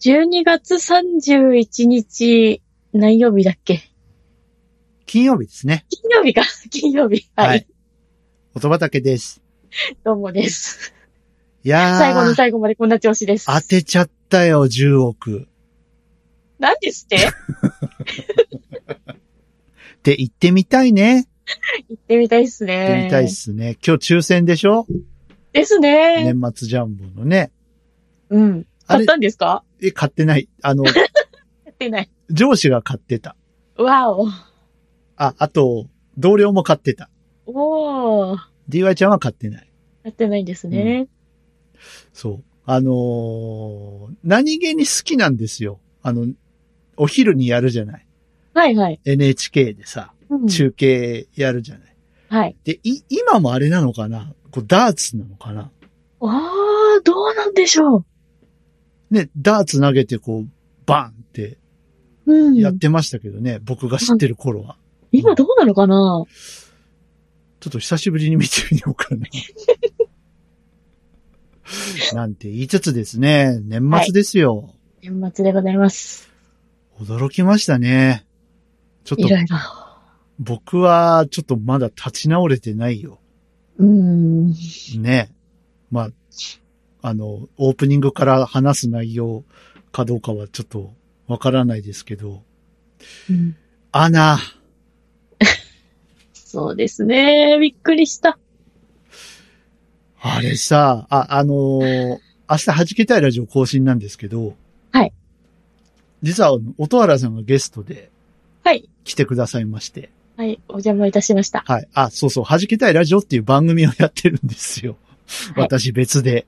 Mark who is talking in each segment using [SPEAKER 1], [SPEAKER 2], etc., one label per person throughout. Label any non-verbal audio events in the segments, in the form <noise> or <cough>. [SPEAKER 1] 12月31日、何曜日だっけ <laughs>
[SPEAKER 2] 金曜日ですね。
[SPEAKER 1] 金曜日か <laughs> 金曜日。はい。。
[SPEAKER 2] 音畑です。
[SPEAKER 1] どうもです。
[SPEAKER 2] いやー。
[SPEAKER 1] 最後の最後までこんな調子です。
[SPEAKER 2] 当てちゃったよ、10億。
[SPEAKER 1] 何です
[SPEAKER 2] <laughs>
[SPEAKER 1] って
[SPEAKER 2] って言ってみたいね。
[SPEAKER 1] 行ってみたいっすね。
[SPEAKER 2] 行ってみたいっすね。今日抽選でしょ
[SPEAKER 1] ですね。
[SPEAKER 2] 年末ジャンボのね。
[SPEAKER 1] うん。
[SPEAKER 2] あ
[SPEAKER 1] 買
[SPEAKER 2] れ
[SPEAKER 1] ったんですか
[SPEAKER 2] え、買ってない。
[SPEAKER 1] <laughs>
[SPEAKER 2] あの、
[SPEAKER 1] 買ってない。
[SPEAKER 2] 上司が買ってた。
[SPEAKER 1] わお。
[SPEAKER 2] あ、あと、同僚も買ってた。
[SPEAKER 1] おー。
[SPEAKER 2] DY ちゃんは買ってない。
[SPEAKER 1] 買ってないんですね。
[SPEAKER 2] そう。あのー何気に好きなんですよ。あの、お昼にやるじゃない。
[SPEAKER 1] はいはい。
[SPEAKER 2] NHK でさ、
[SPEAKER 1] うん
[SPEAKER 2] 中継やるじゃない。
[SPEAKER 1] はい。
[SPEAKER 2] で、い、今もあれなのかなこう、ダーツなのかな
[SPEAKER 1] あー、どうなんでしょ
[SPEAKER 2] ね、ダーツ投げてこう、バンって
[SPEAKER 1] う。うん。
[SPEAKER 2] やってましたけどね、僕が知ってる頃は。
[SPEAKER 1] 今どうなのかな
[SPEAKER 2] ちょっと久しぶりに見てみようかな。なんて言いつつですね、年末ですよ。
[SPEAKER 1] 年末でございます。
[SPEAKER 2] 驚きましたね。ちょっ
[SPEAKER 1] い
[SPEAKER 2] と
[SPEAKER 1] ろいろ。
[SPEAKER 2] 僕はちょっとまだ立ち直れてないよ。
[SPEAKER 1] うん。
[SPEAKER 2] ね。まあ、あの、オープニングから話す内容かどうかはちょっとわからないですけど、
[SPEAKER 1] うん
[SPEAKER 2] アナ、
[SPEAKER 1] そうですね。びっくりした。
[SPEAKER 2] あれさ、あ、あのー明日弾けたいラジオ更新なんですけど、
[SPEAKER 1] はい。
[SPEAKER 2] 実は、あの音原さんがゲストで
[SPEAKER 1] はい。
[SPEAKER 2] 来てくださいまして、
[SPEAKER 1] はい。お邪魔いたしました。
[SPEAKER 2] はい。あ、そうそう、弾けたいラジオっていう番組をやってるんですよ。
[SPEAKER 1] はい
[SPEAKER 2] 私別で。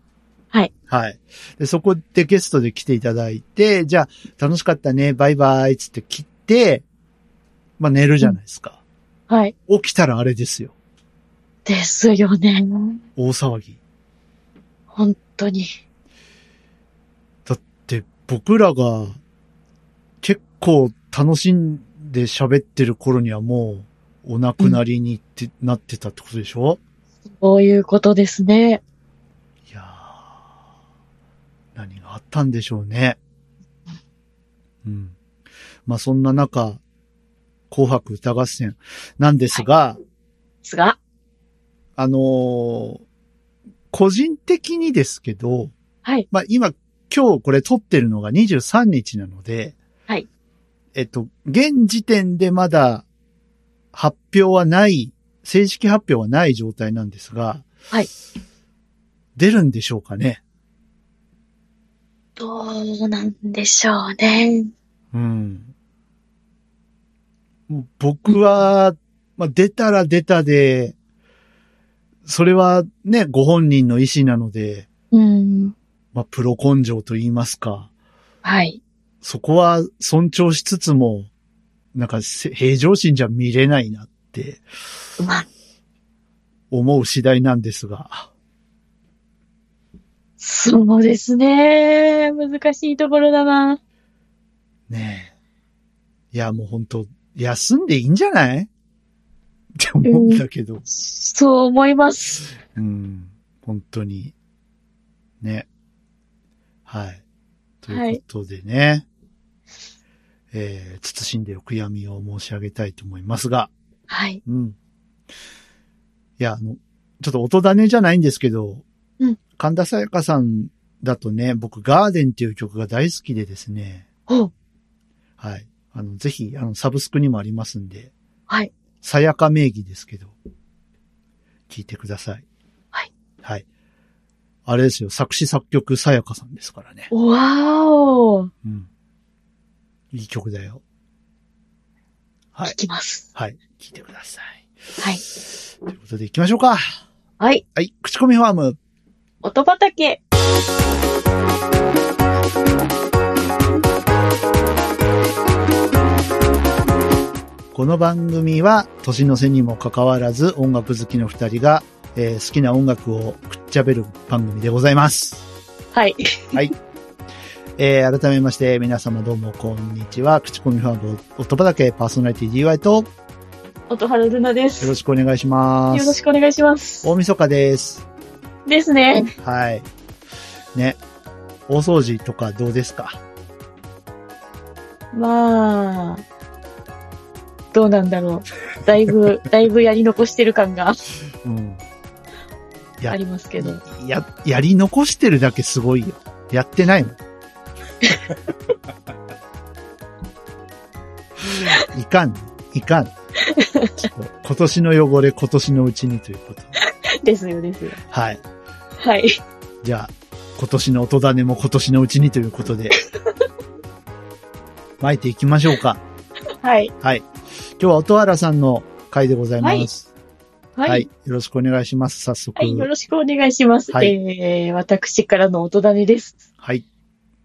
[SPEAKER 1] はい。
[SPEAKER 2] はい。で、そこでゲストで来ていただいて、じゃあ、楽しかったね、バイバイ、つって切って、まあ寝るじゃないですか。
[SPEAKER 1] はい。
[SPEAKER 2] 起きたらあれですよ。
[SPEAKER 1] ですよね。
[SPEAKER 2] 大騒ぎ。
[SPEAKER 1] 本当に。
[SPEAKER 2] で、僕らが結構楽しんで喋ってる頃にはもうお亡くなりにって、なってたってことでしょ
[SPEAKER 1] そういうことですね。
[SPEAKER 2] いやー、何があったんでしょうね。うん。まあそんな中、紅白歌合戦なんですが、
[SPEAKER 1] ですが。
[SPEAKER 2] あのー個人的にですけど、
[SPEAKER 1] はい。
[SPEAKER 2] まあ今、今日これ撮ってるのが23日なので、
[SPEAKER 1] はい。
[SPEAKER 2] えっと、現時点でまだ発表はない、正式発表はない状態なんですが、
[SPEAKER 1] はい。
[SPEAKER 2] 出るんでしょうかね。
[SPEAKER 1] どうなんでしょうね。
[SPEAKER 2] うん。もう僕は、まあ出たら出たで、それはね、ご本人の意思なので、
[SPEAKER 1] うん。
[SPEAKER 2] まあプロ根性と言いますか、
[SPEAKER 1] はい。
[SPEAKER 2] そこは尊重しつつも、なんかせ平常心じゃ見れないなって
[SPEAKER 1] まあ、
[SPEAKER 2] 思う次第なんですが、
[SPEAKER 1] そうですね。難しいところだな。
[SPEAKER 2] ねえ。いや、もう本当休んでいいんじゃないって思うんだけど、
[SPEAKER 1] そう思います。
[SPEAKER 2] うん、本当に。ね。はい。ということでね、えー、慎んでお悔やみを申し上げたいと思いますが、
[SPEAKER 1] はい。
[SPEAKER 2] うん。いや、あの、ちょっと音種じゃないんですけど、
[SPEAKER 1] うん
[SPEAKER 2] 神田沙也加さんだとね、僕、ガーデンっていう曲が大好きでですね、
[SPEAKER 1] お
[SPEAKER 2] はい。あの、ぜひ、あの、サブスクにもありますんで、
[SPEAKER 1] はい。
[SPEAKER 2] さやか名義ですけど、聞いてください。
[SPEAKER 1] はい。
[SPEAKER 2] はい。あれですよ、作詞作曲さやかさんですからね。
[SPEAKER 1] わーお
[SPEAKER 2] うん。いい曲だよ。は
[SPEAKER 1] 聞
[SPEAKER 2] い。
[SPEAKER 1] きます。
[SPEAKER 2] はい。聞いてください。
[SPEAKER 1] はい。
[SPEAKER 2] ということで行きましょうか。
[SPEAKER 1] はい。
[SPEAKER 2] はい。口コミファーム。
[SPEAKER 1] 音畑。
[SPEAKER 2] この番組は年の瀬にもかかわらず音楽好きの二人が、えー好きな音楽をくっちゃべる番組でございます。
[SPEAKER 1] はい。
[SPEAKER 2] えー改めまして皆様どうもこんにちは。口コミファーム音畑パーソナリティ DY と
[SPEAKER 1] 音原ルナです。
[SPEAKER 2] よろしくお願いします。
[SPEAKER 1] よろしくお願いします。
[SPEAKER 2] 大晦日です。
[SPEAKER 1] ですね。
[SPEAKER 2] はい。ね。大掃除とかどうですか
[SPEAKER 1] まあ、どうなんだろう。だいぶ、 <laughs> だいぶやり残してる感が
[SPEAKER 2] うん。や
[SPEAKER 1] ありますけど。
[SPEAKER 2] や、やり残してるだけすごいよ。やってないも
[SPEAKER 1] <laughs>
[SPEAKER 2] ん。いかん、いかん。ちょっと今年の汚れ、今年のうちにということ。
[SPEAKER 1] ですよ、ですよ。
[SPEAKER 2] はい。
[SPEAKER 1] はい。
[SPEAKER 2] じゃあ、今年の音種も今年のうちにというこ
[SPEAKER 1] <laughs>
[SPEAKER 2] とで、巻いていきましょうか。
[SPEAKER 1] はい。
[SPEAKER 2] はい。今日は音原さんの回でございます。
[SPEAKER 1] はい。はい
[SPEAKER 2] よろしくお願いします。早速。
[SPEAKER 1] よろしくお願いします。
[SPEAKER 2] はい
[SPEAKER 1] えー、私からの音種です。
[SPEAKER 2] はい。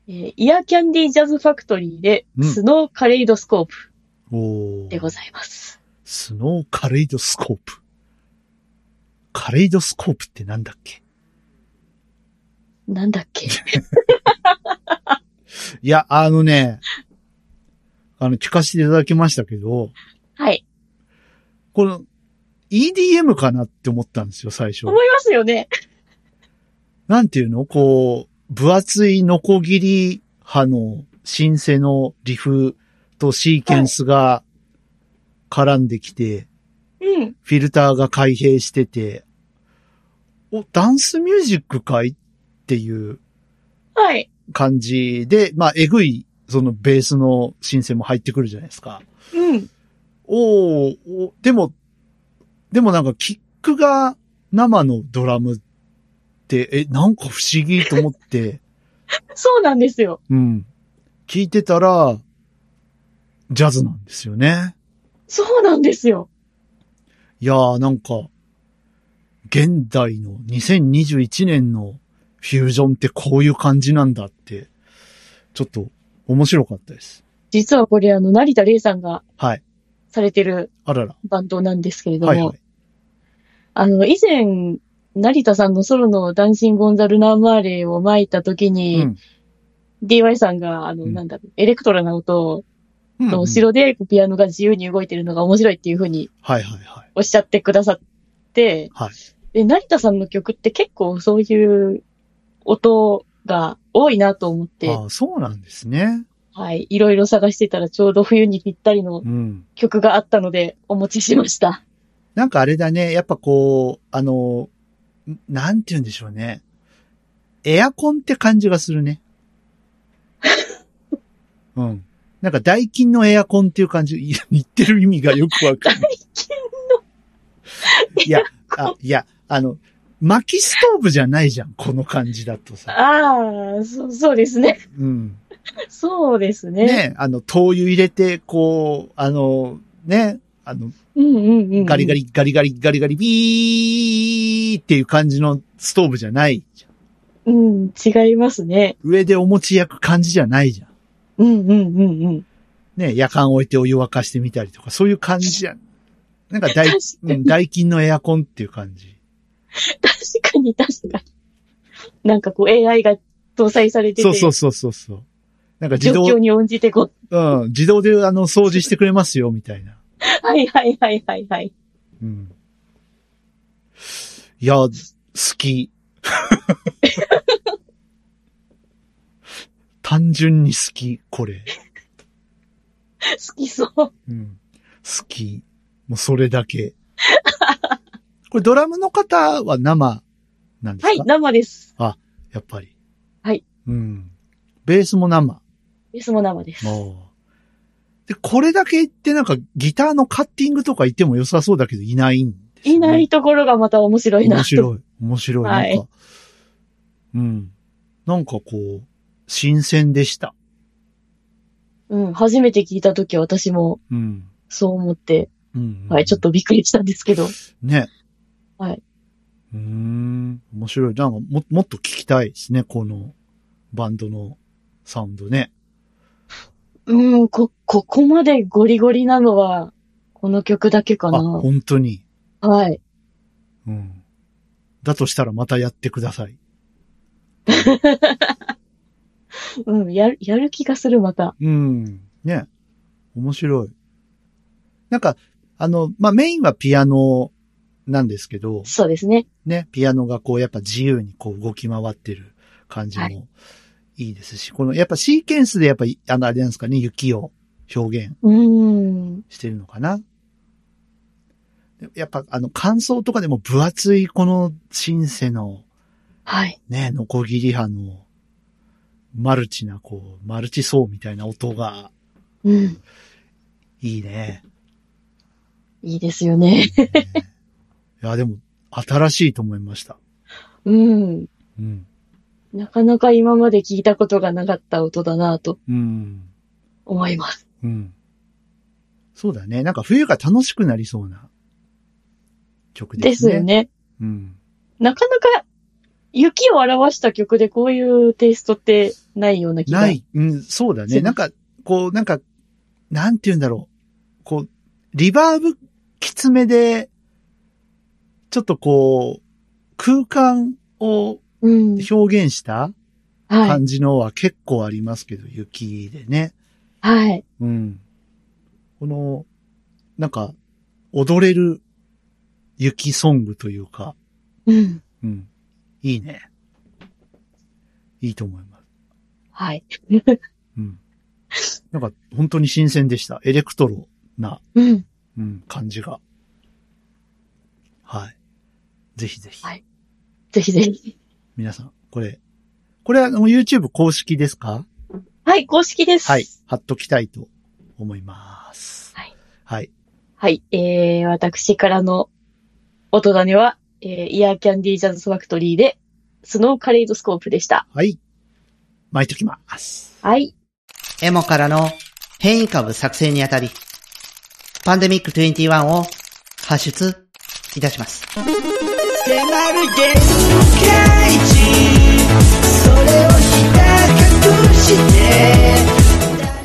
[SPEAKER 1] えーイヤーキャンディージャズファクトリーで、
[SPEAKER 2] うん
[SPEAKER 1] スノーカレイドスコープ
[SPEAKER 2] お
[SPEAKER 1] で
[SPEAKER 2] ー
[SPEAKER 1] ございます。
[SPEAKER 2] スノーカレイドスコープ。カレイドスコープってなんだっけ
[SPEAKER 1] なんだっけ
[SPEAKER 2] いや、あのね、あの、聞かせていただきましたけど、
[SPEAKER 1] はい。
[SPEAKER 2] この、EDM かなって思ったんですよ、最初
[SPEAKER 1] 思。いますよね。
[SPEAKER 2] なんていうのこう、分厚いノコギリ派のシンセのリフとシーケンスが絡んできて、
[SPEAKER 1] うん。
[SPEAKER 2] フィルターが開閉してて、お、ダンスミュージックかいっていう
[SPEAKER 1] はい。
[SPEAKER 2] 感じで、まあ、えぐい、そのベースのシンセも入ってくるじゃないですか。
[SPEAKER 1] うん。
[SPEAKER 2] おーお、でも、でもなんかキックが生のドラムって、え、なんか不思議と思って、
[SPEAKER 1] そうなんですよ。
[SPEAKER 2] うん。聞いてたら、ジャズなんですよね。
[SPEAKER 1] そうなんですよ。
[SPEAKER 2] いやーなんか、現代の2021年のフュージョンってこういう感じなんだって、ちょっと面白かったです。
[SPEAKER 1] 実はこれ、あの、成田玲さんが
[SPEAKER 2] はい。
[SPEAKER 1] されてる
[SPEAKER 2] あらら。
[SPEAKER 1] バンドなんですけれども、
[SPEAKER 2] はいはい。
[SPEAKER 1] あの、以前、成田さんのソロのダンシング・ゴンザ・ルナー・マーレーを巻いたときに、
[SPEAKER 2] うん
[SPEAKER 1] DY さんが、あの、
[SPEAKER 2] うん
[SPEAKER 1] なんだろう、エレクトラな音
[SPEAKER 2] うん
[SPEAKER 1] の後
[SPEAKER 2] うん
[SPEAKER 1] ろでこうピアノが自由に動いてるのが面白いっていうふうに
[SPEAKER 2] はいはいはい。
[SPEAKER 1] おっしゃってくださって、
[SPEAKER 2] はい
[SPEAKER 1] で、成田さんの曲って結構そういう音が多いなと思って
[SPEAKER 2] あ、あ、そうなんですね。
[SPEAKER 1] はい、いろいろ探してたらちょうど冬にぴったりの
[SPEAKER 2] うん。
[SPEAKER 1] 曲があったのでお持ちしました。
[SPEAKER 2] なんかあれだね、やっぱこう、あの、んなんて言うんでしょうね。エアコンって感じがするね。うん。なんかダイキンのエアコンっていう感じ、い <laughs> や言ってる意味がよくわかる。いや、あ、いや、あの、薪ストーブじゃないじゃん、この感じだとさ。
[SPEAKER 1] ああ、そそうですね。
[SPEAKER 2] うん。
[SPEAKER 1] そうですね。
[SPEAKER 2] ねあの、灯油入れて、こう、あの、ね、あの、
[SPEAKER 1] うんうんうん。
[SPEAKER 2] ガリガ。リ、ガリガリ、ガリガリ、ビーっていう感じのストーブじゃないじゃん。
[SPEAKER 1] うん、違いますね。
[SPEAKER 2] 上でお餅焼く感じじゃないじゃん。
[SPEAKER 1] うんうんうんうん。
[SPEAKER 2] ね、夜間置いてお湯沸かしてみたりとか、そういう感じじゃん。なんか
[SPEAKER 1] <laughs>
[SPEAKER 2] 大
[SPEAKER 1] 確、
[SPEAKER 2] う
[SPEAKER 1] かに
[SPEAKER 2] ん、大金のエアコンっていう感じ。
[SPEAKER 1] 確かに確かに。なんかこう AI が搭載されてて、
[SPEAKER 2] そうそうそうそうそう。なんか自
[SPEAKER 1] 状
[SPEAKER 2] 動、
[SPEAKER 1] 況に応じてこう。
[SPEAKER 2] うん、自動であの、掃除してくれますよ、みたいな。
[SPEAKER 1] はいはいはいはいはい。
[SPEAKER 2] うん。いや、好
[SPEAKER 1] <laughs>
[SPEAKER 2] き。単純に好き、これ。
[SPEAKER 1] 好きそう。
[SPEAKER 2] うん。好き。もうそれだけ。 <laughs> これドラムの方は生なんです
[SPEAKER 1] は
[SPEAKER 2] か
[SPEAKER 1] い、生です。
[SPEAKER 2] やっぱり。
[SPEAKER 1] はい。
[SPEAKER 2] うん。ベースも生。
[SPEAKER 1] ベースも生です。
[SPEAKER 2] で、これだけ言ってなんかギターのカッティングとかいても良さそうだけどいないんですよね
[SPEAKER 1] いないところがまた面白いな
[SPEAKER 2] 面
[SPEAKER 1] と。
[SPEAKER 2] 白い。面白い。なんか、
[SPEAKER 1] はい
[SPEAKER 2] うん。なんかこう、新鮮でした。
[SPEAKER 1] うん、初めて聞いたとき私も
[SPEAKER 2] うん。
[SPEAKER 1] そう思って、
[SPEAKER 2] うん、
[SPEAKER 1] はい、ちょっ
[SPEAKER 2] と。
[SPEAKER 1] とびっくりしたんですけど。
[SPEAKER 2] ね。
[SPEAKER 1] はい。
[SPEAKER 2] うーん。面白い。なんかも、もっと聞きたいですね。このバンドのサウンドね。
[SPEAKER 1] うん、こ、ここまでゴリゴリなのは、この曲だけか
[SPEAKER 2] あ、
[SPEAKER 1] な。
[SPEAKER 2] 本当に。
[SPEAKER 1] はい。
[SPEAKER 2] うん。だとしたらまたやってください。
[SPEAKER 1] うん、やる、やる気がする、また。
[SPEAKER 2] うん。ね。面白い。なんか、あの、まあ、メインはピアノなんですけど、
[SPEAKER 1] そうですね。
[SPEAKER 2] ね、ピアノがこう、やっぱ自由にこう動き回ってる感じ
[SPEAKER 1] は
[SPEAKER 2] もいいですし、この、やっぱシーケンスでやっぱり、あの、あれなんですかね、雪を表現
[SPEAKER 1] うん。
[SPEAKER 2] してるのかな。でやっぱあの感想とかでも分厚いこのシンセの
[SPEAKER 1] はい。
[SPEAKER 2] ね、ノコギリ派のマルチなこう、マルチ層みたいな音が
[SPEAKER 1] うん。
[SPEAKER 2] いい <laughs> ね。
[SPEAKER 1] いいですよね。
[SPEAKER 2] いや、でも新しいと思いました。
[SPEAKER 1] うん。
[SPEAKER 2] うん。
[SPEAKER 1] なかなか今まで聞いたことがなかった音だなぁと
[SPEAKER 2] うん。
[SPEAKER 1] 思います。
[SPEAKER 2] うん。そうだね。なんか冬が楽しくなりそうな曲で
[SPEAKER 1] ですす
[SPEAKER 2] ね。
[SPEAKER 1] よ。ね。
[SPEAKER 2] うん。
[SPEAKER 1] なかなか雪を表した曲でこういうテイストってないような気が。
[SPEAKER 2] ない。うん、そうだね。
[SPEAKER 1] しま
[SPEAKER 2] なんか、こう、なんか、なんて言うんだろう。こう、リバーブきつめで、ちょっとこう、空間を
[SPEAKER 1] うん。
[SPEAKER 2] 表現した
[SPEAKER 1] はい。
[SPEAKER 2] 感じのは結構ありますけど、雪でね。
[SPEAKER 1] はい。
[SPEAKER 2] うん。この、なんか、踊れる雪ソングというか、
[SPEAKER 1] うん。
[SPEAKER 2] うん。いいね。いいと思います。
[SPEAKER 1] はい。
[SPEAKER 2] うん。なんか、本当に新鮮でした。エレクトロな、
[SPEAKER 1] うん。
[SPEAKER 2] うん、感じが。はい。ぜひぜひ。
[SPEAKER 1] はいぜひぜひ。
[SPEAKER 2] 皆さん、これ、これはあの YouTube 公式ですか
[SPEAKER 1] はい、公式です。
[SPEAKER 2] はい。貼っときたいと思います。
[SPEAKER 1] はい。
[SPEAKER 2] はい。
[SPEAKER 1] はい。えー、私からの音種は、えー、イヤーキャンディージャズファクトリーで、スノーカレイドスコープでした。
[SPEAKER 2] はい。巻いときます。
[SPEAKER 1] はい。
[SPEAKER 3] エモからの変異株作成にあたり、パンデミック21を発出いたします。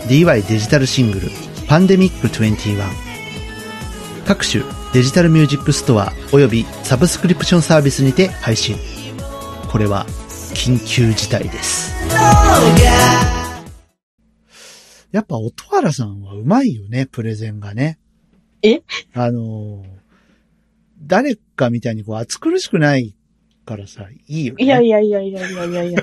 [SPEAKER 3] DY デジタルシングルパンデミック21各種デジタルミュージックストアおよびサブスクリプションサービスにて配信。これは緊急事態です。
[SPEAKER 2] やっぱ、音原さんはうまいよね、プレゼンがね。
[SPEAKER 1] え
[SPEAKER 2] あのー誰かみたいにこう、暑苦しくないからさ、いいよね。
[SPEAKER 1] いやいやいやいやいやいやいや。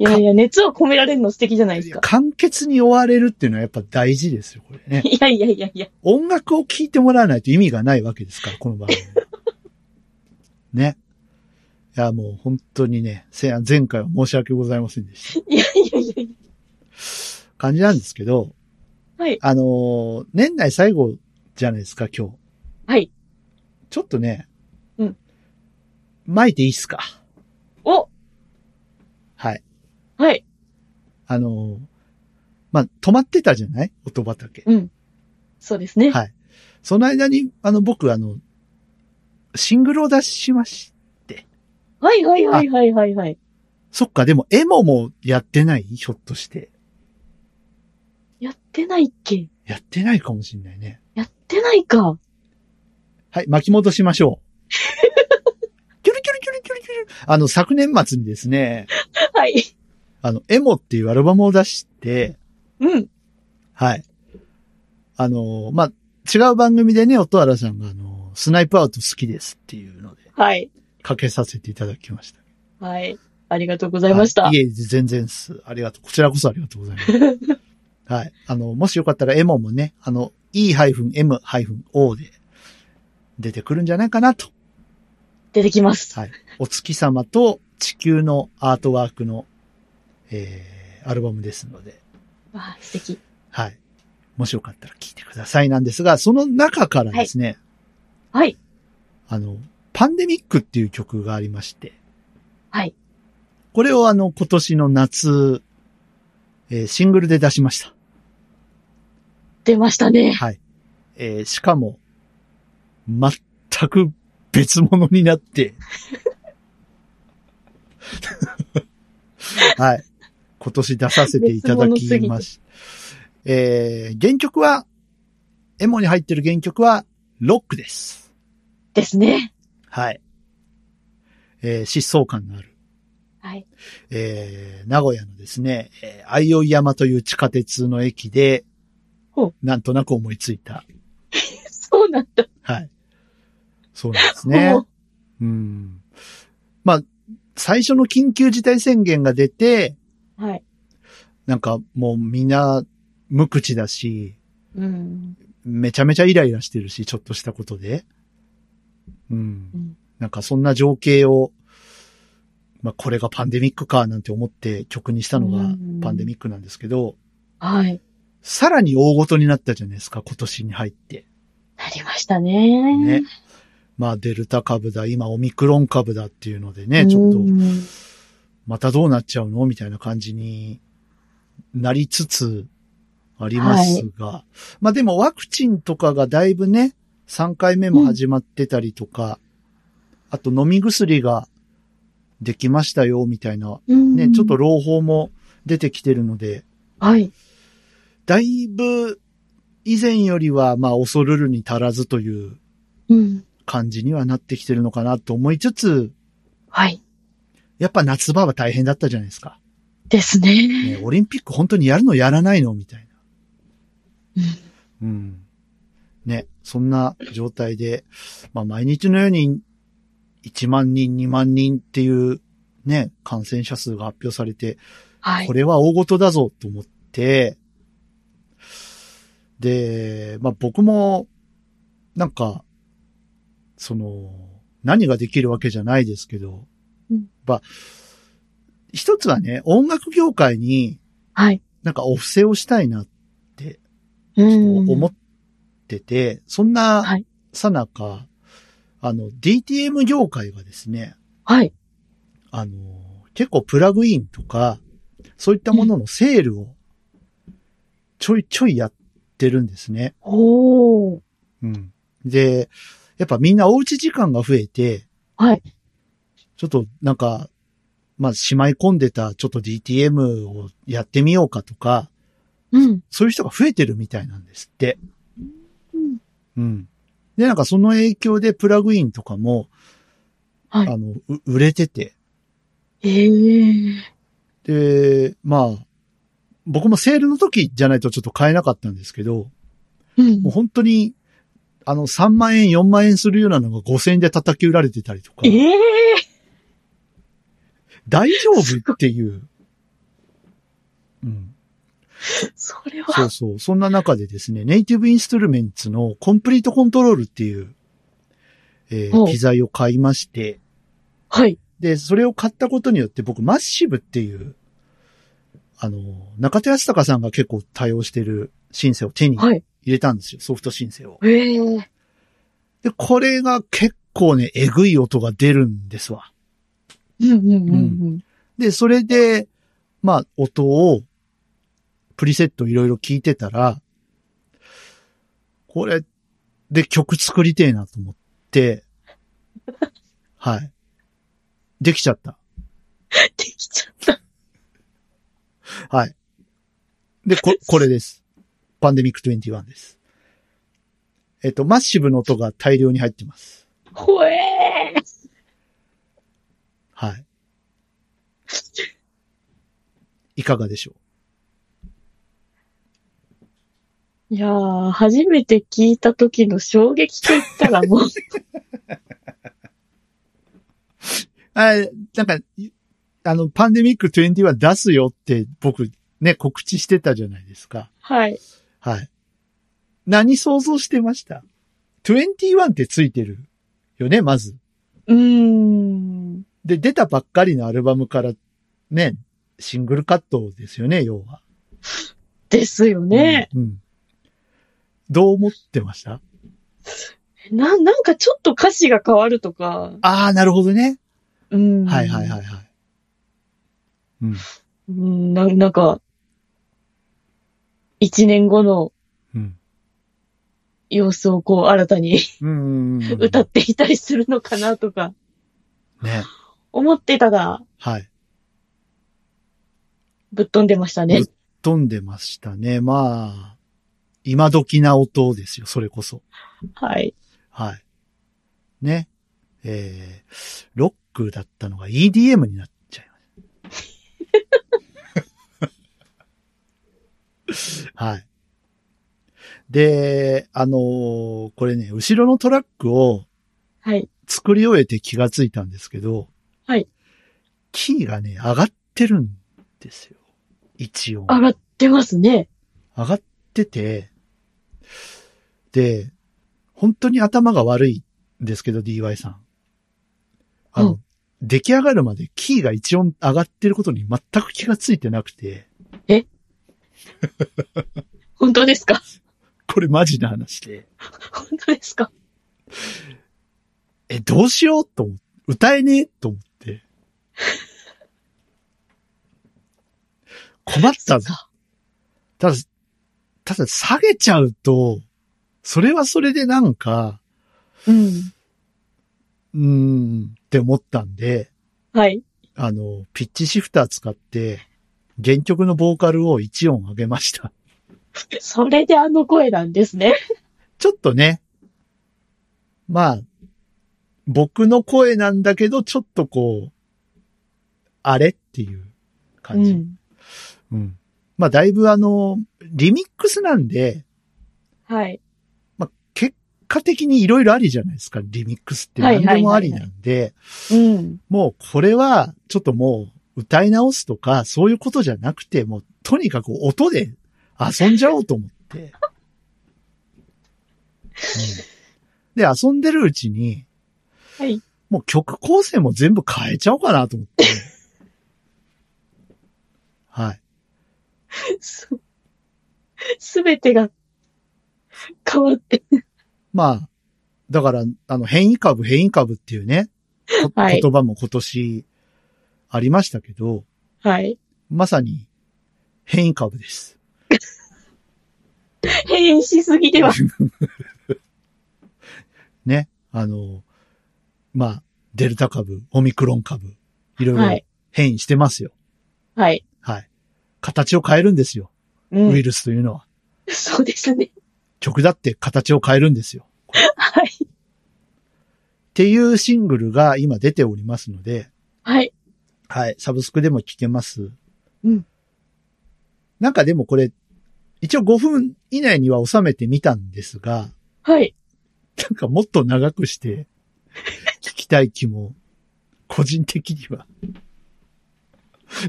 [SPEAKER 1] いやいや、熱を込められるの素敵じゃないですか。
[SPEAKER 2] 簡潔に終われるっていうのはやっぱ大事ですよ、これね。
[SPEAKER 1] いやいやいやいや。
[SPEAKER 2] 音楽を聴いてもらわないと意味がないわけですから、この
[SPEAKER 1] <laughs>
[SPEAKER 2] 番組。ね。いや、もう本当にね、せ前回は申し訳ございませんでした。
[SPEAKER 1] いやいやいやい
[SPEAKER 2] 感じなんですけど、
[SPEAKER 1] や。はい。
[SPEAKER 2] あのー年内最後じゃないですか、今日。
[SPEAKER 1] はい。
[SPEAKER 2] ちょっとね。
[SPEAKER 1] うん。
[SPEAKER 2] 巻いていいっすか。
[SPEAKER 1] お
[SPEAKER 2] はい。
[SPEAKER 1] はい。
[SPEAKER 2] あのーまあ、止まってたじゃない音畑。
[SPEAKER 1] うん。そうですね。
[SPEAKER 2] はい。その間に、あの、僕、あの、シングルを出しまし、
[SPEAKER 1] はいはいはいはいはいはい。
[SPEAKER 2] そっか、でも、エモもやってないひょっとして。
[SPEAKER 1] やってないっけ
[SPEAKER 2] やってないかもしんないね。
[SPEAKER 1] やってないか。
[SPEAKER 2] はい、巻き戻しましょう。キュルキュルキュルキュルキュル。あの、昨年末にですね、
[SPEAKER 1] はい。
[SPEAKER 2] あの、エモっていうアルバムを出して、
[SPEAKER 1] うん。
[SPEAKER 2] はい。あの、まあ、違う番組でね、音原さんが、あの、スナイプアウト好きですっていうので、
[SPEAKER 1] はい。
[SPEAKER 2] かけさせていただきました。
[SPEAKER 1] はい。ありがとうございました。
[SPEAKER 2] は、
[SPEAKER 1] はいい。
[SPEAKER 2] いえ、全然っす。ありがとう。こちらこそありがとうございます。 <laughs> はい。あの、もしよかったらエモもね、あの、e-m-o で出てくるんじゃないかなと。
[SPEAKER 1] 出てきます。
[SPEAKER 2] はい。お月様と地球のアートワークの、えー、アルバムですので、
[SPEAKER 1] わあ、素敵。
[SPEAKER 2] はい。もしよかったら聞いてくださいなんですが、その中からですね、
[SPEAKER 1] はい。
[SPEAKER 2] あの、パンデミックっていう曲がありまして。
[SPEAKER 1] はい。
[SPEAKER 2] これをあの、今年の夏、えーシングルで出しました。
[SPEAKER 1] 出ましたね。
[SPEAKER 2] はい。えーしかも、全く別物になって。 <laughs> はい。今年出させていただ
[SPEAKER 1] 別物す
[SPEAKER 2] き
[SPEAKER 1] ぎ
[SPEAKER 2] ま
[SPEAKER 1] て
[SPEAKER 2] した。えー原曲は、エモに入ってる原曲は、ロックです。
[SPEAKER 1] ですね。
[SPEAKER 2] はい。えー疾走感のある、
[SPEAKER 1] はい。 <laughs>
[SPEAKER 2] えー名古屋のですね、えー、相生山という地下鉄の駅で
[SPEAKER 1] ほう、
[SPEAKER 2] なんとなく思いついた。
[SPEAKER 1] そうなんだ。
[SPEAKER 2] はい。そうなんですね
[SPEAKER 1] もう。
[SPEAKER 2] うん。まあ、最初の緊急事態宣言が出て、
[SPEAKER 1] はい。
[SPEAKER 2] なんかもうみんな無口だし、
[SPEAKER 1] うん。
[SPEAKER 2] めちゃめちゃイライラしてるし、ちょっとしたことで。うん。
[SPEAKER 1] うん
[SPEAKER 2] なんかそんな情景を、まあこれがパンデミックかなんて思って曲にしたの
[SPEAKER 1] う
[SPEAKER 2] が
[SPEAKER 1] ん
[SPEAKER 2] パンデミックなんですけど、
[SPEAKER 1] はい。
[SPEAKER 2] さらに大ごとになったじゃないですか、今年に入って。
[SPEAKER 1] なりましたね。
[SPEAKER 2] ね。まあデルタ株だ、今オミクロン株だっていうのでね、ちょっと
[SPEAKER 1] うん
[SPEAKER 2] またどうなっちゃうのみたいな感じになりつつありますが、まあでもワクチンとかがだいぶね、3回目も始まってたりとか、あと飲み薬ができましたよ、みたいな、
[SPEAKER 1] うん
[SPEAKER 2] ね、ちょっと。朗報も出てきてるので、
[SPEAKER 1] はい。
[SPEAKER 2] だいぶ以前よりはまあ恐るるに足らずという
[SPEAKER 1] うん。
[SPEAKER 2] 感じにはなってきてるのかなと思いつつ、
[SPEAKER 1] はい。
[SPEAKER 2] やっぱ夏場は大変だったじゃないですか。
[SPEAKER 1] ですね。
[SPEAKER 2] ね、オリンピック本当にやるのやらないのみたいな。
[SPEAKER 1] うん
[SPEAKER 2] うん。ね、そんな状態で、まあ毎日のように1万人、2万人っていうね、感染者数が発表されて、
[SPEAKER 1] はい
[SPEAKER 2] こ。れは大事だぞと思って、で、まあ僕も、なんか、その、何ができるわけじゃないですけど、
[SPEAKER 1] うん
[SPEAKER 2] まあ、一つはね、音楽業界に
[SPEAKER 1] はい。
[SPEAKER 2] なんかお布施をしたいな
[SPEAKER 1] う
[SPEAKER 2] ち
[SPEAKER 1] ん
[SPEAKER 2] ょっと思ってて、そんな
[SPEAKER 1] はい
[SPEAKER 2] さなか、あの、DTM 業界がですね、
[SPEAKER 1] はい。
[SPEAKER 2] あの、結構プラグインとか、そういったもののセールをちょいちょいやってるんですね。
[SPEAKER 1] おー。
[SPEAKER 2] うん。で、やっぱみんなおうち時間が増えて、
[SPEAKER 1] はい。
[SPEAKER 2] ちょっとなんか、まあ、しまい込んでたちょっと DTM をやってみようかとか、
[SPEAKER 1] うん。
[SPEAKER 2] そういう人が増えてるみたいなんですって。
[SPEAKER 1] うん。
[SPEAKER 2] うん。で、なんかその影響でプラグインとかも、
[SPEAKER 1] はい
[SPEAKER 2] あの、う売れてて。
[SPEAKER 1] ええ
[SPEAKER 2] で、まあ、僕もセールの時じゃないとちょっと買えなかったんですけど、
[SPEAKER 1] うん
[SPEAKER 2] もう。本当に、あの、3万円、4万円するようなのが5000円で叩き売られてたりとか、
[SPEAKER 1] ええ
[SPEAKER 2] 大丈夫っていう。うん。
[SPEAKER 1] それ
[SPEAKER 2] そ
[SPEAKER 1] は
[SPEAKER 2] う。そう。そんな中でですね、ネイティブインストゥルメンツのコンプリートコントロールっていう、えー
[SPEAKER 1] ほう
[SPEAKER 2] 機材を買いまして、
[SPEAKER 1] はい。
[SPEAKER 2] で、それを買ったことによって僕、マッシブっていう、あの、中田康隆さんが結構対応してるシンセを手に入
[SPEAKER 1] はい。
[SPEAKER 2] れたんですよ、ソフトシンセを。
[SPEAKER 1] ええ
[SPEAKER 2] で、これが結構ね、えぐい音が出るんですわ。
[SPEAKER 1] うんうんうんうん。
[SPEAKER 2] で、それで、まあ、音を、プリセットいろいろ聞いてたら、これで曲作りてえなと思って、はい。できちゃった。
[SPEAKER 1] できちゃった。
[SPEAKER 2] はい。で、こ、これです。パンデミック21です。えっと、マッシブの音が大量に入ってます。
[SPEAKER 1] ほえー。
[SPEAKER 2] はい。いかがでしょう
[SPEAKER 1] いやー、初めて聞いた時の衝撃と言ったら
[SPEAKER 2] <laughs>
[SPEAKER 1] もう、
[SPEAKER 2] あ、なんか、いあの、パンデミック20は出すよって僕ね、告知してたじゃないですか。
[SPEAKER 1] はい。
[SPEAKER 2] はい。何想像してました ?21 ってついてるよね、まず。
[SPEAKER 1] うーん。
[SPEAKER 2] で、出たばっかりのアルバムからね、シングルカットですよね、要は。
[SPEAKER 1] ですよね。
[SPEAKER 2] うん。うん。どう思ってました
[SPEAKER 1] な、なんかちょっと歌詞が変わるとか。
[SPEAKER 2] ああ、なるほどね。
[SPEAKER 1] うん。
[SPEAKER 2] はいはいはいはい。うん。
[SPEAKER 1] うん、ななんか、一年後の
[SPEAKER 2] うん。
[SPEAKER 1] 様子をこう新たに
[SPEAKER 2] うんうんうんうん。
[SPEAKER 1] 歌っていたりするのかなとか
[SPEAKER 2] ね。
[SPEAKER 1] 思ってたら
[SPEAKER 2] はい。
[SPEAKER 1] ぶっ飛んでましたね。
[SPEAKER 2] 飛んでましたね。まあ、今時な音ですよ、それこそ。
[SPEAKER 1] はい。
[SPEAKER 2] はい。ね。えー、ロックだったのが EDM になっちゃいました。 <laughs> はい。で、あのーこれね、後ろのトラックを
[SPEAKER 1] はい。
[SPEAKER 2] 作り終えて気がついたんですけど、
[SPEAKER 1] はい。
[SPEAKER 2] キーがね、上がってるんですよ。一音。
[SPEAKER 1] 上がってますね。
[SPEAKER 2] 上がっってて、で、本当に頭が悪いんですけど、DY さん。あの、
[SPEAKER 1] うん
[SPEAKER 2] 出来上がるまでキーが一音上がってることに全く気がついてなくて、
[SPEAKER 1] 本当ですか
[SPEAKER 2] これマジな話で、
[SPEAKER 1] 本当ですか
[SPEAKER 2] え、どうしようと思って、歌えねえと思って。困ったぞ。
[SPEAKER 1] か。
[SPEAKER 2] ただ、ただ下げちゃうと、それはそれでなんか、
[SPEAKER 1] うん。
[SPEAKER 2] うーん、って思ったんで、
[SPEAKER 1] はい。
[SPEAKER 2] あの、ピッチシフター使って、原曲のボーカルを1音上げました。 <laughs>
[SPEAKER 1] それであの声なんですね。
[SPEAKER 2] ちょっとね、まあ、僕の声なんだけど、ちょっとこう、あれっていう
[SPEAKER 1] う
[SPEAKER 2] 感じ。
[SPEAKER 1] ん。
[SPEAKER 2] うん。まあ、だいぶあの、リミックスなんで、
[SPEAKER 1] はい。
[SPEAKER 2] 結果的にいろいろありじゃないですか、リミックスって
[SPEAKER 1] はいはい
[SPEAKER 2] 何
[SPEAKER 1] はい
[SPEAKER 2] で
[SPEAKER 1] はい
[SPEAKER 2] もありなんで、
[SPEAKER 1] うん。
[SPEAKER 2] もうこれは、ちょっともう、歌い直すとか、そういうことじゃなくて、もう、とにかく音で遊んじゃおうと思って。うんで、遊んでるうちに、
[SPEAKER 1] はい
[SPEAKER 2] もう曲構成も全部変えちゃおうかなと思って。はい。
[SPEAKER 1] す、すべてが変わって。
[SPEAKER 2] まあ、だから、あの、変異株、変異株っていうね、こ
[SPEAKER 1] はい
[SPEAKER 2] 言葉も今年ありましたけど、
[SPEAKER 1] はい。
[SPEAKER 2] まさに変異株です。
[SPEAKER 1] 変異しすぎでは。
[SPEAKER 2] ね。あの、まあ、デルタ株、オミクロン株、いろ
[SPEAKER 1] はい
[SPEAKER 2] ろ
[SPEAKER 1] い。
[SPEAKER 2] 変異してますよ。
[SPEAKER 1] はい。
[SPEAKER 2] はい。形を変えるんですよ。
[SPEAKER 1] う
[SPEAKER 2] ウイ
[SPEAKER 1] ん。
[SPEAKER 2] ルスというのは。
[SPEAKER 1] そうですね。
[SPEAKER 2] 曲だって形を変えるんですよ。
[SPEAKER 1] はい。
[SPEAKER 2] っていうシングルが今出ておりますので、
[SPEAKER 1] はい。
[SPEAKER 2] はい。サブスクでも聴けます。
[SPEAKER 1] うん。
[SPEAKER 2] なんかでもこれ、一応5分以内には収めてみたんですが、
[SPEAKER 1] はい。
[SPEAKER 2] <laughs> なんかもっと長くして、聞きたい気も、個人的には。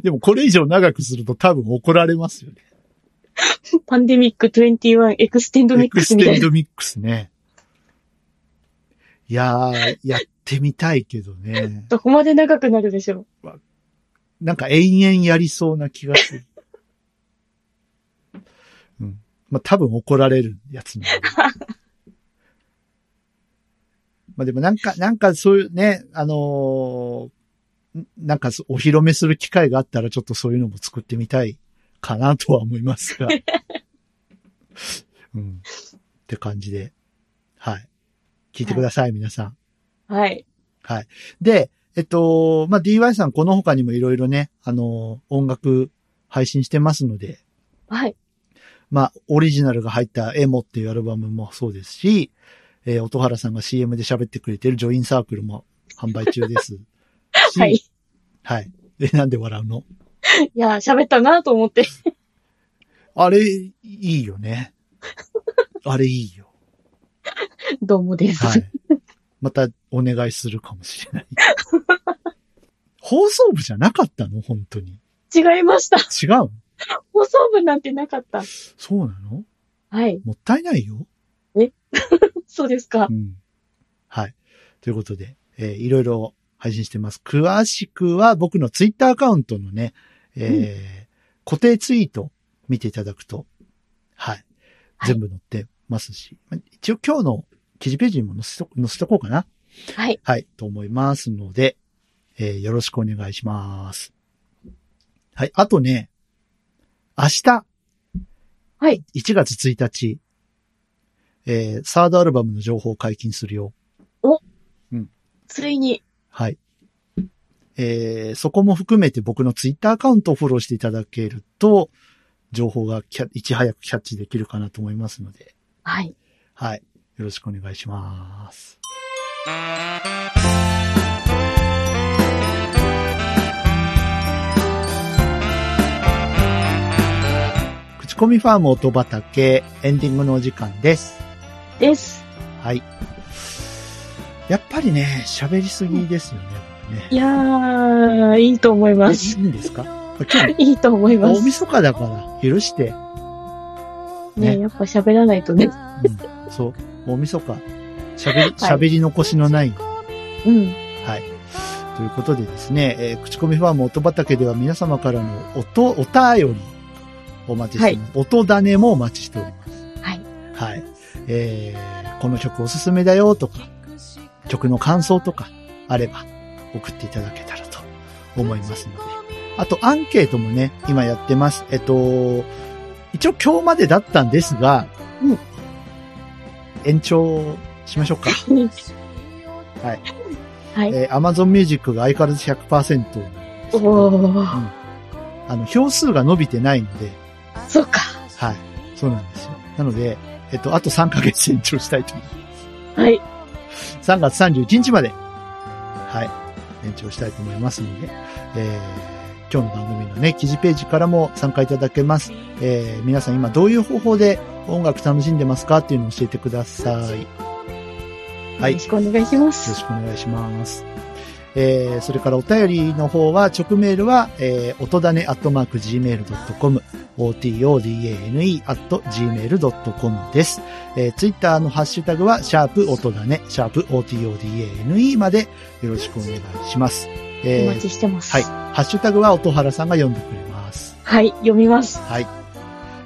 [SPEAKER 2] でもこれ以上長くすると多分怒られますよね。
[SPEAKER 1] パンデミック21エクステンド <laughs> ミ
[SPEAKER 2] エ
[SPEAKER 1] ック
[SPEAKER 2] ク
[SPEAKER 1] ス
[SPEAKER 2] ス
[SPEAKER 1] みた
[SPEAKER 2] テン
[SPEAKER 1] いな。
[SPEAKER 2] ドミックスね。いやー、やってみたいけどね。
[SPEAKER 1] どこまで長くなるでしょう。
[SPEAKER 2] なんか延々やりそうな気がする。 <laughs> うん。まあ、多分怒られるやつなんで。 <laughs> まあ、でもなんか、なんかそういうね、あのーんなんかそうお披露目する機会があったらちょっとそういうのも作ってみたいかなとは思います <laughs> が。うん。って感じで。はい。聞いてください、皆さん。
[SPEAKER 1] はい。
[SPEAKER 2] で、えっと、まあ、DY さんこの他にもいろいろね、あの、音楽配信してますので、
[SPEAKER 1] はい。
[SPEAKER 2] まあ、オリジナルが入ったエモっていうアルバムもそうですし、えー音原さんが CM で喋ってくれてるジョインサークルも販売中です。
[SPEAKER 1] <laughs>
[SPEAKER 2] し
[SPEAKER 1] はい。。
[SPEAKER 2] はい。え、なんで笑うの
[SPEAKER 1] いやー、喋ったなと思って。 <laughs>
[SPEAKER 2] あれ、いいよね。あれいいよ。
[SPEAKER 1] どうもです。
[SPEAKER 2] はい。またお願いするかもし
[SPEAKER 1] <laughs>
[SPEAKER 2] れない。放送部じゃなかったの本当に。
[SPEAKER 1] 違いました。
[SPEAKER 2] 違うの
[SPEAKER 1] 放送部なんてなかった。
[SPEAKER 2] そうなの
[SPEAKER 1] はい。
[SPEAKER 2] もったいないよ。
[SPEAKER 1] そうですか
[SPEAKER 2] う。ん。はい。ということで、えーいろいろ配信してます。詳しくは僕のツイッターアカウントのね、えー固定ツイート見ていただくと、はい。
[SPEAKER 1] はい
[SPEAKER 2] 全部載ってますし、まあ一応今日の記事ページにも載せと載せとこうかな。
[SPEAKER 1] はい。
[SPEAKER 2] はい、と思いますので、えーよろしくお願いします。はい、あとね、明日。
[SPEAKER 1] はい。
[SPEAKER 2] 1月1日。えーサードアルバムの情報を解禁するよ。
[SPEAKER 1] ついに。
[SPEAKER 2] はい。えーそこも含めて僕のツイッターアカウントをフォローしていただけると、情報がキャいち早くキャッチできるかなと思いますので、
[SPEAKER 1] はい。
[SPEAKER 2] はい。よろしくお願いします。口コミファーム音畑、エンディングのお時間です。
[SPEAKER 1] です。
[SPEAKER 2] はい。やっぱりね、喋りすぎですよね、僕ね。
[SPEAKER 1] いやー、いいと思いま
[SPEAKER 2] え
[SPEAKER 1] す。
[SPEAKER 2] いいんですか今日、
[SPEAKER 1] いいと思いま
[SPEAKER 2] 大
[SPEAKER 1] す。
[SPEAKER 2] 晦日だから、許して。
[SPEAKER 1] ね
[SPEAKER 2] ね
[SPEAKER 1] やっぱ喋らないとね。
[SPEAKER 2] うん、そう。大晦日、喋り、喋り残しのない
[SPEAKER 1] うん。
[SPEAKER 2] はい。ということでですね、えー口コミファーム音畑では皆様からの音、お便りお待ちしております。音種もお待ちしております。
[SPEAKER 1] はい。
[SPEAKER 2] はい。えー、この曲おすすめだよとか、曲の感想とかあれば送っていただけたらと思いますので。あと、アンケートもね、今やってます。えっと、一応今日までだったんですが、
[SPEAKER 1] うん
[SPEAKER 2] 延長しましょうか。
[SPEAKER 1] はい。
[SPEAKER 2] えー Amazon Music が相変わらず100%。
[SPEAKER 1] おー。
[SPEAKER 2] あの、票数が伸びてないので、
[SPEAKER 1] そうか。
[SPEAKER 2] はい。そうなんですよ。なので、えっと、あと3ヶ月延長したいと思います。
[SPEAKER 1] はい。
[SPEAKER 2] 3月31日まで、はい。延長したいと思いますので、えー今日の番組のね、記事ページからも参加いただけます。えー皆さん今どういう方法で音楽楽しんでますかっていうのを教えてください。は
[SPEAKER 1] よ
[SPEAKER 2] い
[SPEAKER 1] ろしくお願いしま
[SPEAKER 2] よろし
[SPEAKER 1] す。
[SPEAKER 2] くお願いします。えー、それからお便りの方は、直メールは、えー、音だね、アットマーク、gmail.com、otodane、アット、gmail.com です。えー、ツイッターのハッシュタグは、シャープ、音だね、シャープ、otodane まで、よろしくお願いします。
[SPEAKER 1] お
[SPEAKER 2] え
[SPEAKER 1] 待
[SPEAKER 2] ー、
[SPEAKER 1] ちしてます。
[SPEAKER 2] はい。ハッシュタグは、音原さんが読んでくれます。
[SPEAKER 1] はい。読みます。
[SPEAKER 2] はい。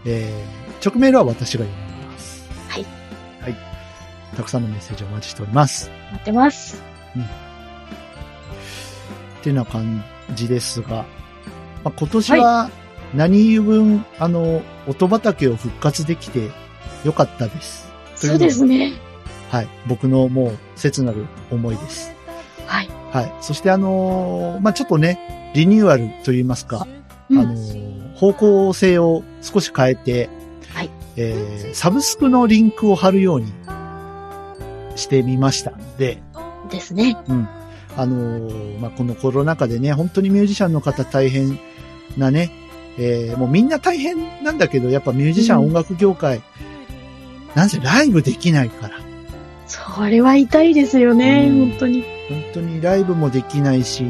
[SPEAKER 2] えー、直メールは私が読みます。
[SPEAKER 1] はい。
[SPEAKER 2] はい。たくさんのメッセージをお待ちしております。
[SPEAKER 1] 待ってます。
[SPEAKER 2] ってな感じですが、まあ、今年は何分、あの、音畑を復活できてよかったです。という
[SPEAKER 1] そうですね。
[SPEAKER 2] はい。僕のもう切なる思いです。
[SPEAKER 1] はい。
[SPEAKER 2] はい。そしてあのーまあ、ちょっとね、リニューアルと言いますか、
[SPEAKER 1] うん
[SPEAKER 2] あのー方向性を少し変えて、
[SPEAKER 1] はい
[SPEAKER 2] えー、サブスクのリンクを貼るようにしてみましたので、
[SPEAKER 1] ですね。
[SPEAKER 2] うん。あのーまあ、このコロナ禍でね、本当にミュージシャンの方大変なね、えーもうみんな大変なんだけど、やっぱミュージシャン、
[SPEAKER 1] うん
[SPEAKER 2] 音楽業界、なんせライブできないから、
[SPEAKER 1] それは痛いですよね。
[SPEAKER 2] うん
[SPEAKER 1] 本当に。
[SPEAKER 2] 本当にライブもできないし、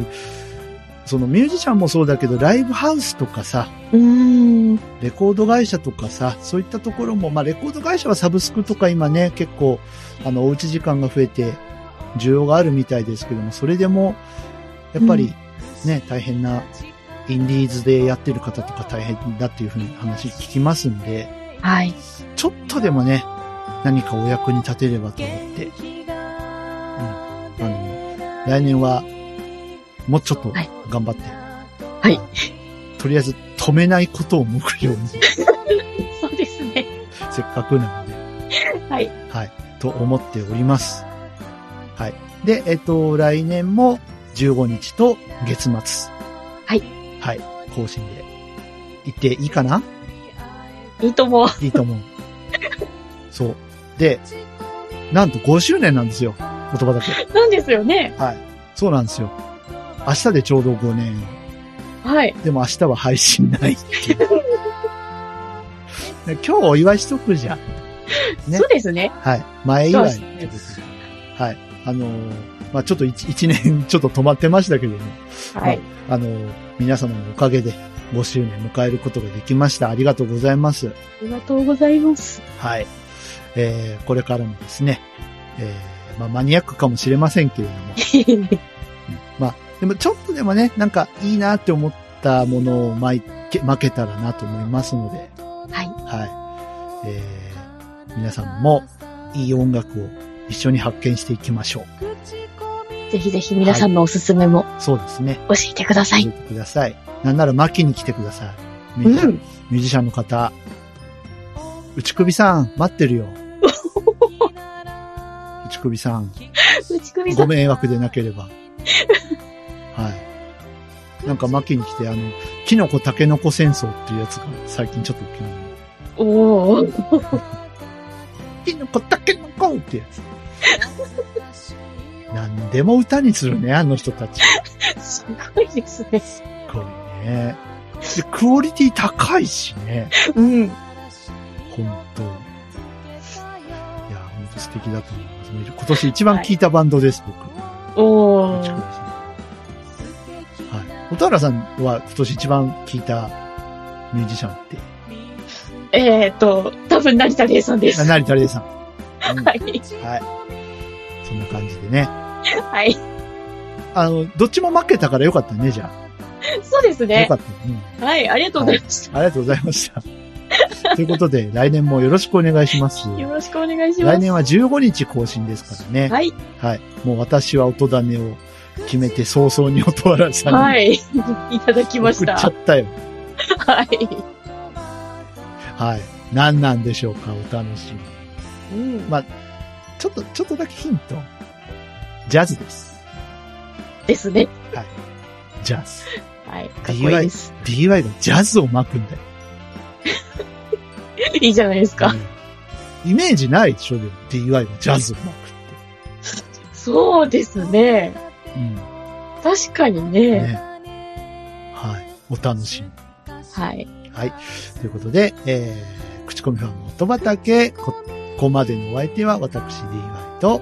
[SPEAKER 2] そのミュージシャンもそうだけど、ライブハウスとかさ、
[SPEAKER 1] うーん。
[SPEAKER 2] レコード会社とかさ、そういったところも、まあ、レコード会社はサブスクとか今ね、結構、あの、おうち時間が増えて、需要があるみたいですけども、それでも、やっぱりね、大変な、インディーズでやってる方とか大変だっていうふうに話聞きますんで、
[SPEAKER 1] はい。
[SPEAKER 2] ちょっとでもね、何かお役に立てればと思って、うん。あの、来年は、もうちょっと
[SPEAKER 1] はい
[SPEAKER 2] 頑張って、
[SPEAKER 1] はい。
[SPEAKER 2] とりあえず止めないことを目標に、 <laughs>
[SPEAKER 1] そうですね。
[SPEAKER 2] せっかくなので、
[SPEAKER 1] はい。
[SPEAKER 2] はい、と思っております。はい。で、えっと、来年も15日と月末。
[SPEAKER 1] はい。
[SPEAKER 2] はい、更新で。行っていいかない
[SPEAKER 1] いとも。 <laughs>
[SPEAKER 2] いいと思う。そう。で、なんと5周年なんですよ。言葉だけ。
[SPEAKER 1] なんですよね。
[SPEAKER 2] はい。そうなんですよ。明日でちょうど5年。
[SPEAKER 1] はい。
[SPEAKER 2] でも明日は配信ないっ
[SPEAKER 1] <laughs>
[SPEAKER 2] ていう。で今日お祝いしとくじゃん。ね
[SPEAKER 1] そうですね。
[SPEAKER 2] はい。前祝いってことで
[SPEAKER 1] そうです
[SPEAKER 2] はい。あのーまあ、ちょっと一一年ちょっと止まってましたけども、
[SPEAKER 1] はい。
[SPEAKER 2] あのー皆様のおかげで5周年迎えることができました。ありがとうございます。
[SPEAKER 1] ありがとうございます。 <laughs>
[SPEAKER 2] はい。えー、これからもですね、えー、まあ、マニアックかもしれませんけれど
[SPEAKER 1] <laughs>
[SPEAKER 2] も、うんまあ、でもちょっとでもね、なんかいいなって思ったものをまいけ、負けたらなと思いますので、
[SPEAKER 1] はい。
[SPEAKER 2] はい。えー、皆さんもいい音楽を一緒に発見していきましょう。
[SPEAKER 1] ぜひぜひ皆さんのおすすめも
[SPEAKER 2] そうですね。
[SPEAKER 1] 教えてください。
[SPEAKER 2] 教えてください。なんなら巻きに来てください。ミ
[SPEAKER 1] う
[SPEAKER 2] ュージシャン,、
[SPEAKER 1] ん。
[SPEAKER 2] ミュージシャンの方。内首さん、待って
[SPEAKER 1] <laughs>
[SPEAKER 2] るよ。内首さん。
[SPEAKER 1] 内首さ
[SPEAKER 2] <laughs> ご
[SPEAKER 1] ん。
[SPEAKER 2] 迷惑でなければ。はい。なんか、マキに来て、あの、キノコタケノコ戦争っていうやつが最近ちょっと気になる。
[SPEAKER 1] おー。
[SPEAKER 2] キノコタケノコってやつ。何でも歌にするね、あの人たち。
[SPEAKER 1] すごいですね。
[SPEAKER 2] これね。で、クオリティ高いしね。
[SPEAKER 1] うん。
[SPEAKER 2] 本当。いや、本当素敵だと思います。今年一番聴いたバンドです、
[SPEAKER 1] お
[SPEAKER 2] 僕。
[SPEAKER 1] ー。
[SPEAKER 2] はい。蛍原さんは今年一番聴いたミュージシャンって。
[SPEAKER 1] えーっと、多分成田玲さんです。は
[SPEAKER 2] 成田玲さん。うん
[SPEAKER 1] い。
[SPEAKER 2] はい。そんな感じでね。
[SPEAKER 1] <laughs> はい。
[SPEAKER 2] あの、どっちも負けたからよかったね、じゃ
[SPEAKER 1] そうです
[SPEAKER 2] あ。よ
[SPEAKER 1] ね
[SPEAKER 2] か。った。うん。
[SPEAKER 1] はい。ありがとうございまし
[SPEAKER 2] ありがとうございました。 <laughs> ということで、来年もよろしくお願いします。
[SPEAKER 1] た。よろしくお願いします。
[SPEAKER 2] 来年は15日更新ですからね。
[SPEAKER 1] はい。
[SPEAKER 2] はい。もう私は音種を決めて早々に音原さんに、
[SPEAKER 1] はい。 <laughs> いただきまし
[SPEAKER 2] 送
[SPEAKER 1] た
[SPEAKER 2] っちゃ。ったよ。
[SPEAKER 1] はい。
[SPEAKER 2] はい。何なんでしょうか、お楽しみ。
[SPEAKER 1] うん
[SPEAKER 2] まあ、ちょっと、ちょっとだけヒント。ジャズです。
[SPEAKER 1] ですね。
[SPEAKER 2] ジャズ。
[SPEAKER 1] はい。かっこいいです。
[SPEAKER 2] DY がジャズを巻くんだよ。
[SPEAKER 1] いいじゃないですか。
[SPEAKER 2] うんイメージないでしょ、でも DY がジャズを巻く
[SPEAKER 1] そうですね。
[SPEAKER 2] って。うん。
[SPEAKER 1] 確かにね。
[SPEAKER 2] ね。はい。お楽しみ。
[SPEAKER 1] はい。
[SPEAKER 2] はい。ということで、えー、口コミファンの音畑、ここまでのお相手は私 DY と、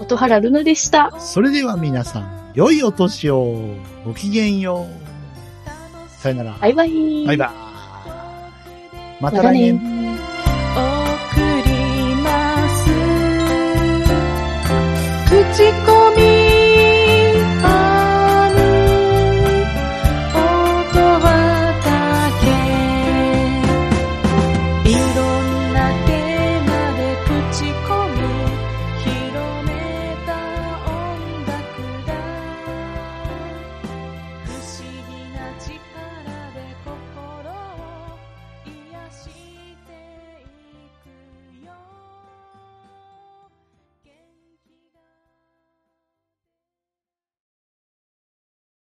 [SPEAKER 1] 音原ルナでした。
[SPEAKER 2] それでは皆さん、良いお年を、ごきげんよう。さよなら。
[SPEAKER 1] バイバイ。
[SPEAKER 2] バイバイ。また来年。
[SPEAKER 4] 送ります口コミ